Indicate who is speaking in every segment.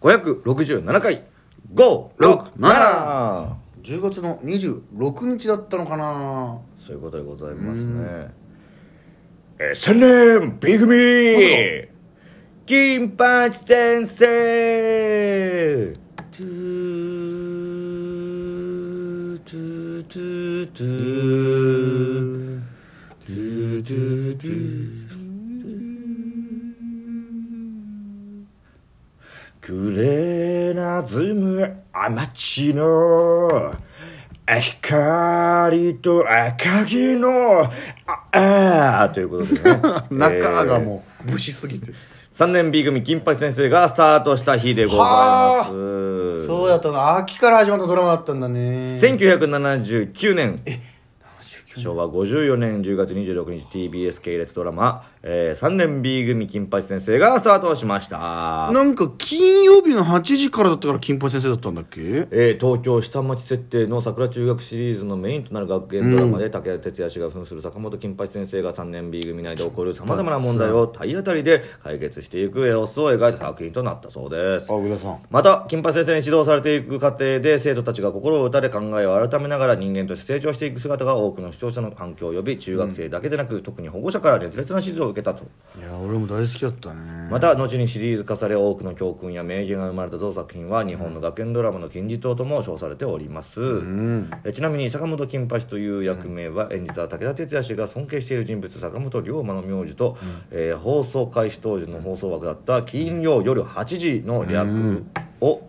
Speaker 1: 567回567
Speaker 2: 10月の26日だったのかな
Speaker 1: そういうことでございます
Speaker 2: う
Speaker 1: ねえー千年 B 組金八先生
Speaker 2: トゥートゥートゥート
Speaker 1: ト
Speaker 2: ゥー
Speaker 1: ゥトゥトゥトゥくれなずむ天地の光と赤木のああーということで ね
Speaker 2: 中が
Speaker 1: う、
Speaker 2: もう武士すぎて
Speaker 1: 3年 B 組金八先生がスタートした日でございます
Speaker 2: そうやったの秋から始まったドラマだったんだね
Speaker 1: 1979年昭和54年10月26日 TBS 系列ドラマ「えー、3年 B 組金八先生」がスタートしました、
Speaker 2: なんか金曜日の8時からだったから金八先生だったんだっけ
Speaker 1: えー東京下町設定の桜中学シリーズのメインとなる学園ドラマで、武田鉄矢氏が扮する坂本金八先生が3年 B 組内で起こるさまざまな問題を体当たりで解決していく様子を描いた作品となったそうです
Speaker 2: あ上田さん
Speaker 1: また金八先生に指導されていく過程で生徒たちが心を打たれ考えを改めながら人間として成長していく姿が多くの視聴者の反響を呼び中学生だけでなく、特に保護者から熱烈な支持を受けたと、
Speaker 2: いや俺も大好きだったね
Speaker 1: また後にシリーズ化され多くの教訓や名言が生まれた同作品は日本の学園ドラマの金字塔とも称されております、
Speaker 2: うん
Speaker 1: えちなみに坂本金八という役名は演じた武田鉄矢氏が尊敬している人物坂本龍馬の名字と、えー放送開始当時の放送枠だった金曜夜8時の略を、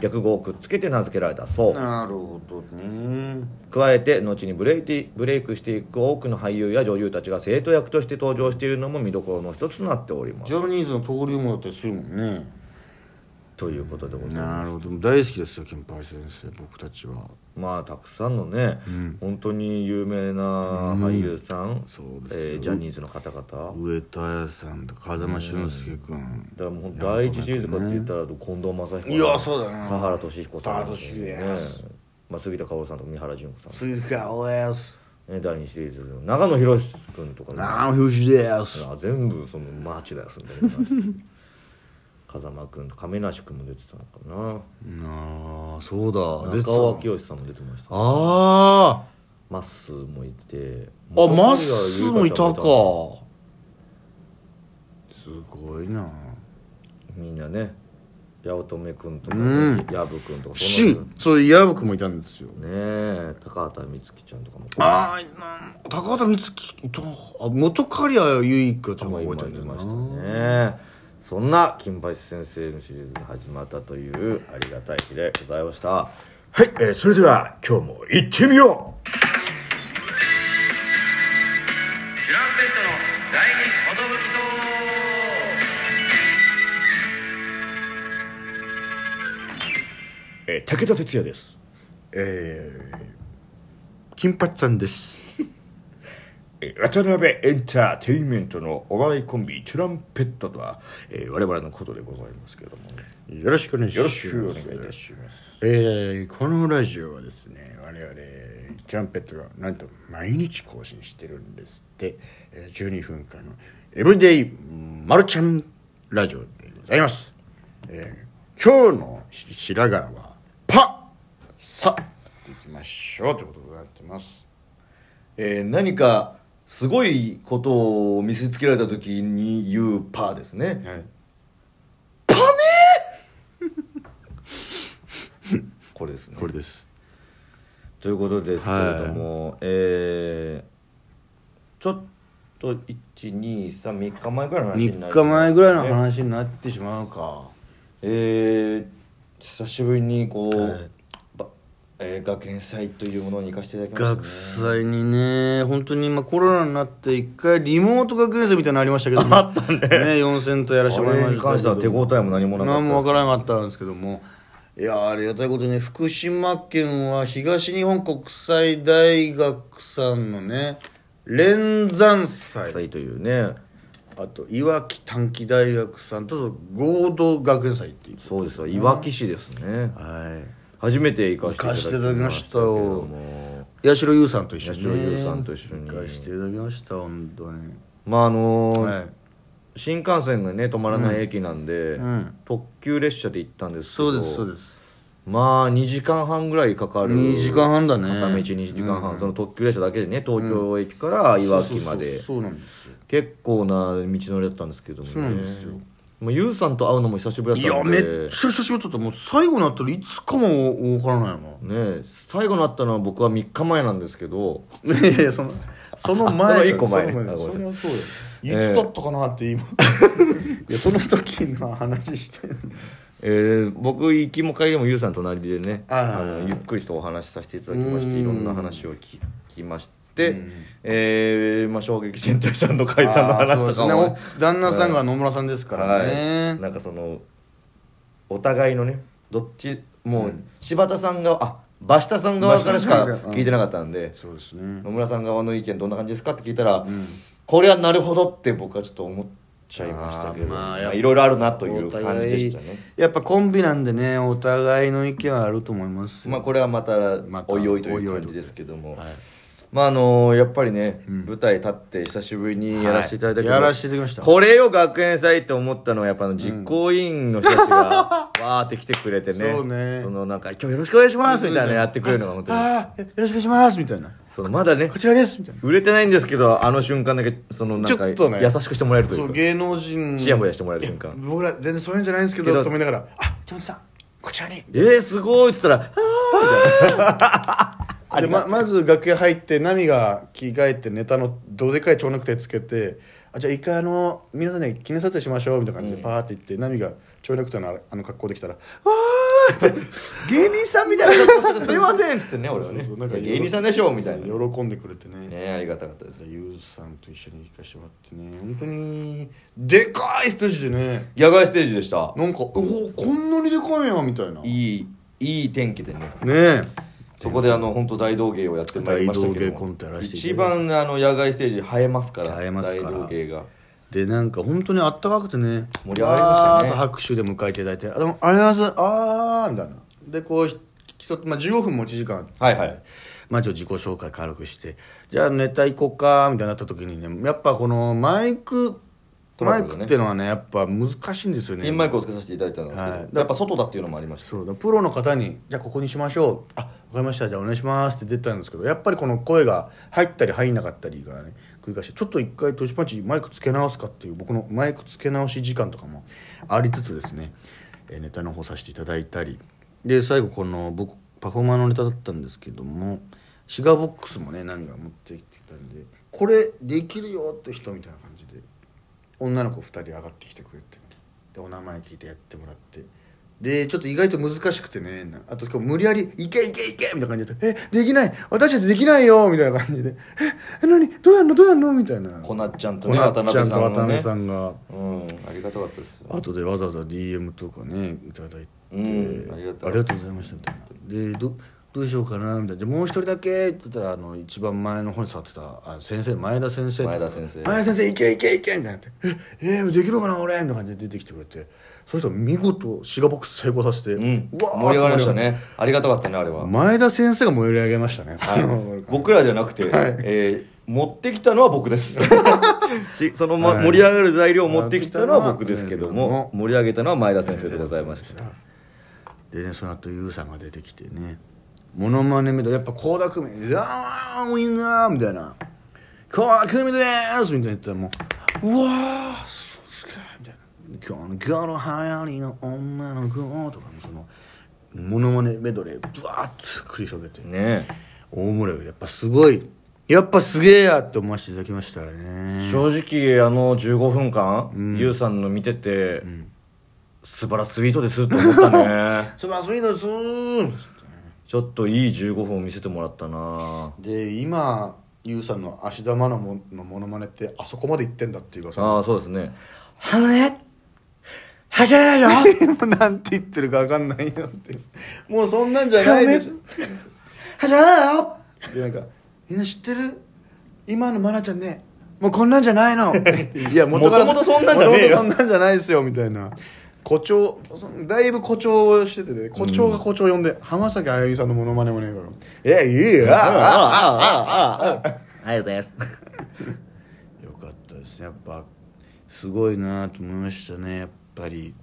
Speaker 1: 略語をくっつけて名付けられたそう
Speaker 2: なるほどね
Speaker 1: 加えて後にブレイティブレイクしていく多くの俳優や女優たちが生徒役として登場しているのも見どころの一つとなっておりま
Speaker 2: ジ
Speaker 1: す
Speaker 2: ャニーズの登竜門だったりするもんね
Speaker 1: ということでござい
Speaker 2: な
Speaker 1: ます
Speaker 2: るほど大好きですよ金八先生僕たちは
Speaker 1: まあたくさんのね、
Speaker 2: うん
Speaker 1: 本当に有名な俳優さん、
Speaker 2: そうですよ
Speaker 1: えージャニーズの方々
Speaker 2: 上戸彩さんと風間俊介君
Speaker 1: だからもう第一シリーズかって言ったら近藤真彦さん
Speaker 2: いやそうだよな
Speaker 1: 田原俊彦さん
Speaker 2: 田原俊彦
Speaker 1: ねまあ、杉田薫さんとか三原淳子さ
Speaker 2: 鈴鹿おやす
Speaker 1: ん、ね、第二シリーズの長野博君とかね
Speaker 2: なあ藤です
Speaker 1: あ全部そのマーチだよそんだけどな風間君と亀梨君も出てたのか
Speaker 2: なあそうだ
Speaker 1: な
Speaker 2: 出て
Speaker 1: 中
Speaker 2: た
Speaker 1: 尾明慶さんも出てました
Speaker 2: あ
Speaker 1: マッスーもいて
Speaker 2: ああまっすーもいたかすごいな
Speaker 1: みんなね八乙女君とか
Speaker 2: うん
Speaker 1: 矢部君とかその
Speaker 2: しそう矢吹君もいたんですよ
Speaker 1: ねえ高畑充希ちゃんとかも
Speaker 2: ああ高田光希いたあ元刈谷由衣香ちゃんが覚えてるんだよ
Speaker 1: ま
Speaker 2: な
Speaker 1: したねそんな金八先生のシリーズが始まったというありがたい日でございましたはい、えーそれでは今日も行ってみようえー武田鉄矢です
Speaker 2: えー金八さんです
Speaker 1: えー渡辺エンターテインメントのお笑いコンビトランペットとは、えー我々のことでございますけれども、
Speaker 2: よろしくお願いし
Speaker 1: よ
Speaker 2: ま
Speaker 1: ろ
Speaker 2: す
Speaker 1: しくお願いいたします
Speaker 2: えーこのラジオはですね我々ジャンペットがなんと毎日更新してるんですって、えー12分間の「エブリデイマルちゃんラジオ」でございます、えー今日のひひらがなは「パ」さあやっていきましょうということになってます
Speaker 1: えー何かすごいことを見せつけられた時に言うパーですね、
Speaker 2: はい
Speaker 1: これですね
Speaker 2: これです
Speaker 1: ということですけれども、えーちょっと1233日前ぐらいの話にな
Speaker 2: 3
Speaker 1: る
Speaker 2: 日前ぐらいの話になってしまうか
Speaker 1: えー久しぶりにこう、
Speaker 2: はい
Speaker 1: ばえー学園祭というものに行かせていただきま
Speaker 2: 学
Speaker 1: したね
Speaker 2: 祭にね本当に今コロナになって一回リモート学園生みたいなのありましたけどもあったね4000とやらせてもらいました
Speaker 1: あれに関しては手応えも何もなかったです
Speaker 2: 何もわからなかったんですけどもいやありがたいことにね福島県は東日本国際大学さんのね連山
Speaker 1: 学
Speaker 2: 祭
Speaker 1: 祭というね
Speaker 2: あといわき短期大学さんと合同学園祭っていう
Speaker 1: そうですよいわき市ですね
Speaker 2: はい
Speaker 1: 初めて行かせていただきましたけれど
Speaker 2: 行かせていただき
Speaker 1: も
Speaker 2: 八代優さんと一緒にね
Speaker 1: 八代優さんと一緒に
Speaker 2: 行かせていただきました本当に
Speaker 1: まああのー
Speaker 2: はい
Speaker 1: 新幹線がね止まらない駅なんで、
Speaker 2: うん
Speaker 1: 特急列車で行ったんですけ
Speaker 2: そ
Speaker 1: ど
Speaker 2: うですそうです
Speaker 1: まあ2時間半ぐらいかかる
Speaker 2: 2時間半だね
Speaker 1: 片道2時間半、
Speaker 2: うん
Speaker 1: その特急列車だけでね東京駅からいわきまで、
Speaker 2: そうそうそうそうなんですよ
Speaker 1: 結構な道のりだったんですけどもね
Speaker 2: そうなんですよ
Speaker 1: まあ、ゆうさんと会うのも久しぶり
Speaker 2: い
Speaker 1: だった
Speaker 2: や
Speaker 1: ん
Speaker 2: め
Speaker 1: で
Speaker 2: っちゃ久しぶりだったもう最後になったらいつかも分からないよ
Speaker 1: ねえ最後になったのは僕は3日前なんですけど
Speaker 2: ないやいやそ のその前
Speaker 1: あその一個前
Speaker 2: その
Speaker 1: あごめんなさい
Speaker 2: それはそう
Speaker 1: え
Speaker 2: だよ
Speaker 1: え
Speaker 2: いつだったかなって 今いやその時の話してんの
Speaker 1: えー僕行きも帰りもゆうさん隣でね
Speaker 2: あ
Speaker 1: あ
Speaker 2: ー
Speaker 1: のゆっくりとお話しさせていただきまして
Speaker 2: うん
Speaker 1: いろんな話を聞きまし
Speaker 2: う
Speaker 1: て
Speaker 2: ん、
Speaker 1: えーまあ、衝撃戦隊さんの解散の
Speaker 2: あー
Speaker 1: 話とかもね、
Speaker 2: そうですねお旦那さんが野村さんですから
Speaker 1: は
Speaker 2: ね
Speaker 1: い、なんかそのお互いのねどっちも
Speaker 2: う
Speaker 1: うん柴田さん側あバシタさん側からし
Speaker 2: バシ
Speaker 1: か
Speaker 2: タさんがうん
Speaker 1: 聞いてなかったんで、
Speaker 2: そうですね
Speaker 1: 野村さん側の意見どんな感じですかって聞いたら、
Speaker 2: ん
Speaker 1: これはなるほどって僕はちょっと思っちゃいましたけど
Speaker 2: あーまあ
Speaker 1: まあ
Speaker 2: やっぱ
Speaker 1: いろいろあるなという感じでしたね
Speaker 2: やっぱコンビなんでねお互いの意見はあると思いますよ
Speaker 1: まあこれはまた
Speaker 2: また
Speaker 1: おいおいとい
Speaker 2: おいうおいと
Speaker 1: 感じですけども、
Speaker 2: はい
Speaker 1: まああのやっぱりね、
Speaker 2: うん
Speaker 1: 舞台立って久しぶりにやらせていただいたけど、
Speaker 2: はいやらせていただきました
Speaker 1: これを学園祭って思ったのはやっぱあの実行委員の人たちが わーって来てくれてね,、
Speaker 2: そうね
Speaker 1: のなんか「今日よろしくお願いします」みたいなのやってくれるのが本当に
Speaker 2: ああよろしくお願いしますみたいな
Speaker 1: そのまだね
Speaker 2: こちらですみたいな
Speaker 1: 売れてないんですけどあの瞬間だけそのなんか
Speaker 2: ちょ
Speaker 1: 優
Speaker 2: っとね
Speaker 1: しくしてもらえるとい
Speaker 2: そうう
Speaker 1: か
Speaker 2: 芸能人
Speaker 1: ちやほやしてもらえる瞬間
Speaker 2: いや僕ら全然そういうんじゃないんですけ
Speaker 1: け
Speaker 2: ど
Speaker 1: ど
Speaker 2: と思いながら「あっ本さんこちらに
Speaker 1: えー、すごいっつったら
Speaker 2: で
Speaker 1: 「あー」みたいなあ
Speaker 2: ままず楽屋入ってナミが着替えてネタのどでかい蝶ネクタイつけて「あじゃあ一回あの皆さんで記念撮影しましょう」みたいな感じでパーって行って、ナミが蝶ネクタイのあれあの格好できたら「わー!」って
Speaker 1: 芸人さんみたいな格 好しててすいません」っつってね俺はね
Speaker 2: そうそうそうなんか
Speaker 1: 芸人さんでしょ」みたいなね
Speaker 2: 喜んでくれてね
Speaker 1: ありがたかったです
Speaker 2: ユーズさんと一緒に行かしてもらってね本当にでかいステージでね
Speaker 1: 野外ステージでした
Speaker 2: なんか「おおこんなにでかいや」みたいなね
Speaker 1: いいいい天気でね
Speaker 2: え
Speaker 1: そこであの本当大道芸をやってまいりましたけ
Speaker 2: 大
Speaker 1: ど
Speaker 2: 道芸コントやらせてい
Speaker 1: 一
Speaker 2: ただい
Speaker 1: 番あの野外ステージ映えますから
Speaker 2: 映えますから
Speaker 1: 大道芸が
Speaker 2: でなんか本当にあったかくてね
Speaker 1: 盛り上がりましたね
Speaker 2: わーっと拍手で迎えていただいて「あどうもありがとうございますあー」みたいなでこうひひとまあ、15分も1時間
Speaker 1: はいはい
Speaker 2: まあちょっと自己紹介軽くしてじゃあネタ行こうかみたいになった時にねやっぱこのマイク
Speaker 1: ト
Speaker 2: マ
Speaker 1: ラ
Speaker 2: イ
Speaker 1: ブルね
Speaker 2: クっていうのはねやっぱ難しいんですよね
Speaker 1: ピンマイクをつけさせていただいたんですけど、
Speaker 2: はい
Speaker 1: やっぱ外だっていうのもありました
Speaker 2: そうだプロの方に「じゃあここにしましょう」「あわかりましたじゃあお願いします」って出たんですけどやっぱりこの声が入ったり入んなかったりがね繰り返してちょっと一回トシパンチマイクつけ直すかっていう僕のマイクつけ直し時間とかもありつつですね、えーネタの方させていただいたりで最後この僕パフォーマーのネタだったんですけどもシガーボックスもね何が持ってきてたんでこれできるよって人みたいな感じで女の子2人上がってきてくれてでお名前聞いてやってもらってでちょっと意外と難しくてねなあと今日無理やり「いけいけいけ」みたいな感じで「えできない私たちできないよ」みたいな感じで「ええ何どうやんのどうやんの?」みたいな
Speaker 1: こなっちゃんと
Speaker 2: こ
Speaker 1: ね
Speaker 2: なっ
Speaker 1: 渡
Speaker 2: ちゃ
Speaker 1: 辺
Speaker 2: ん
Speaker 1: さ
Speaker 2: と
Speaker 1: ん
Speaker 2: 渡
Speaker 1: のね
Speaker 2: 辺さんが
Speaker 1: うんありがたかったです
Speaker 2: 後でわざわざ DM とかねいただいて、
Speaker 1: うん
Speaker 2: あ
Speaker 1: あ
Speaker 2: り
Speaker 1: り
Speaker 2: が
Speaker 1: が
Speaker 2: と
Speaker 1: と
Speaker 2: う
Speaker 1: う
Speaker 2: ございましたみたいなでどどうしようかなみたいなでもう一人だけって言ったらあの一番前の方に座ってたあ先生前田先生
Speaker 1: 前田先生
Speaker 2: 前田先生いけいけいけみたいになって「ええできるかな俺」みたいな感じで出てきてくれてその人見事シガボックス成功させて、
Speaker 1: うん
Speaker 2: ー
Speaker 1: 盛り上がりましたねありがたかったねあれ は、
Speaker 2: 前田先生が盛り上げましたね、
Speaker 1: はい、僕らじゃなくて、えー持ってきたのは僕です しその、ま
Speaker 2: はい
Speaker 1: 盛り上がる材料を持ってきたのは僕ですけども
Speaker 2: う
Speaker 1: 盛り上げたのは前田先生でございました
Speaker 2: でねその後ユウさんが出てきてねモノマネみたいなやっぱ倖田來未で「あーウィンナー」みたいな「倖田來未です」みたいな言ったらもう「うわーそうっすか」みたいな「今日の今日の流行りの女の子」とかもそのモノマネメドレーぶわーっと繰り広げて
Speaker 1: ね
Speaker 2: 大盛り上がりやっぱすごいやっぱすげえやって思わせていただきましたね
Speaker 1: 正直あの15分間、
Speaker 2: うん
Speaker 1: ゆうさんの見てて、素晴らスイートですと思った ね
Speaker 2: すばすいですー
Speaker 1: ちょっといい15分を見せてもらったな
Speaker 2: で今ゆうさんの芦田愛菜ものモノマネってあそこまで行ってんだっていうかさ
Speaker 1: ああそうですねあのねはしゃい だよ
Speaker 2: なんて言ってるか分かんないよってもうそんなんじゃないでしょ
Speaker 1: はしゃいだよ
Speaker 2: でなんかみんな知ってる今の愛菜ちゃんねもうこんなんじゃないの いや
Speaker 1: 元々そんなんじゃねえ
Speaker 2: 元
Speaker 1: よ
Speaker 2: 々そんなんじゃないですよみたいな誇張そだいぶ誇張しててね誇張が誇張呼んで、浜崎あゆみさんのモノマネもねえから「えいいよああああああああ
Speaker 1: ありがとうございます
Speaker 2: よかったですねやっぱすごいなと思いましたねやっぱり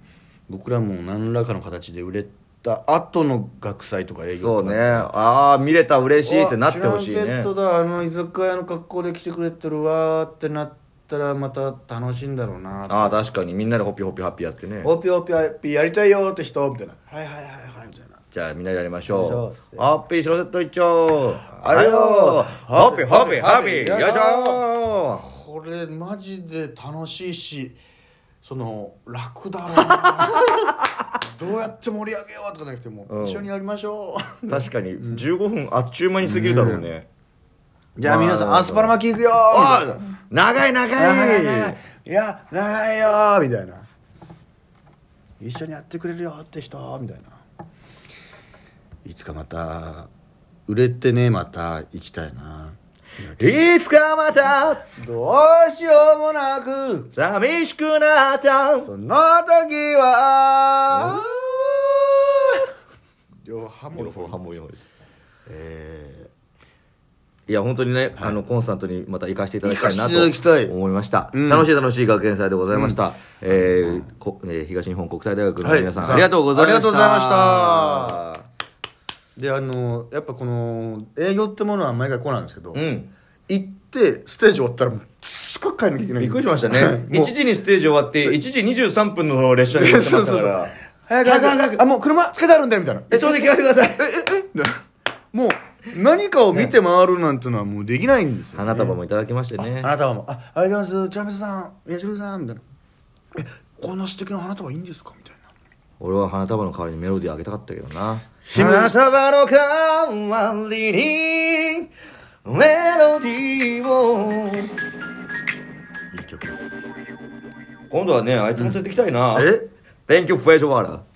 Speaker 2: 僕らも何らかの形で売れた後の学祭とか営業
Speaker 1: そ
Speaker 2: と
Speaker 1: う
Speaker 2: か
Speaker 1: ねああ見れた嬉しいってなってほしい
Speaker 2: チュラン
Speaker 1: ね
Speaker 2: ペットだあの居酒屋の格好で来てくれてるわーってなったらまた楽しいんだろうな
Speaker 1: ああ確かにみんなでホッピーホッピーハッピーやってね
Speaker 2: オピオピオピやりたいよーって人みたいなはいはいはいはいみたいな
Speaker 1: じゃあみんなでやりまし
Speaker 2: やり
Speaker 1: ょ
Speaker 2: ましょ
Speaker 1: う
Speaker 2: う
Speaker 1: ハッピー白セット一丁
Speaker 2: あれよ
Speaker 1: ホッピーホッピーハッピーよいしょ
Speaker 2: これマジで楽しいしその楽だろう などうやって盛り上げようとかじゃなくても、
Speaker 1: うん
Speaker 2: 一緒にやりましょう
Speaker 1: 確かに15分あっちゅう間に過ぎるだろうね
Speaker 2: じゃあ皆さん
Speaker 1: まあ
Speaker 2: アスパラ巻きいくよ
Speaker 1: あ
Speaker 2: ーみ
Speaker 1: ー長い
Speaker 2: たいな
Speaker 1: 長い
Speaker 2: 長いいや長いよーみたいな一緒にやってくれるよーって人ーみたいないつかまた売れてねまた行きたいない
Speaker 1: つかまた
Speaker 2: どうしようもなく
Speaker 1: 寂しくなった
Speaker 2: その時は両ハ
Speaker 1: 両方半
Speaker 2: モ
Speaker 1: 分用意です
Speaker 2: え
Speaker 1: いや本当にね、あのコンスタントにまた行かせていただきたいな
Speaker 2: 行かせていただきたい
Speaker 1: と思いました、
Speaker 2: うん
Speaker 1: 楽しい楽しい学園祭でございました、えーこえー東日本国際大学の皆さん、
Speaker 2: はい
Speaker 1: ありがとうございま
Speaker 2: ありが
Speaker 1: した
Speaker 2: とうございましたーであのやっぱこの営業ってものは毎回こうなんですけど、
Speaker 1: うん
Speaker 2: 行ってステージ終わったらもうすっごい帰らなきゃいけない
Speaker 1: びっくりしま したね
Speaker 2: も
Speaker 1: 1
Speaker 2: う
Speaker 1: 時にステージ終わって1時23分の列車に乗って ましたから
Speaker 2: 早く早く早くあもう車つけてあるんだよみたいな
Speaker 1: えそうで着替えてください
Speaker 2: えええもう何かを見て回るなんてのはもうできないんですよ、ね、
Speaker 1: 花束もいただきましてね
Speaker 2: あなたはもう「あありがとうございますチャンピオンさん八代さん」みたいな「えこんな素敵な花束いいんですか?」みたいな
Speaker 1: 俺は花束の代わりにメロディーあげたかったけどな
Speaker 2: 姫路
Speaker 1: 束の代わりにメロディーを
Speaker 2: いい曲
Speaker 1: 今度はねあいつも連れてきたいな、
Speaker 2: え
Speaker 1: Thank you for your water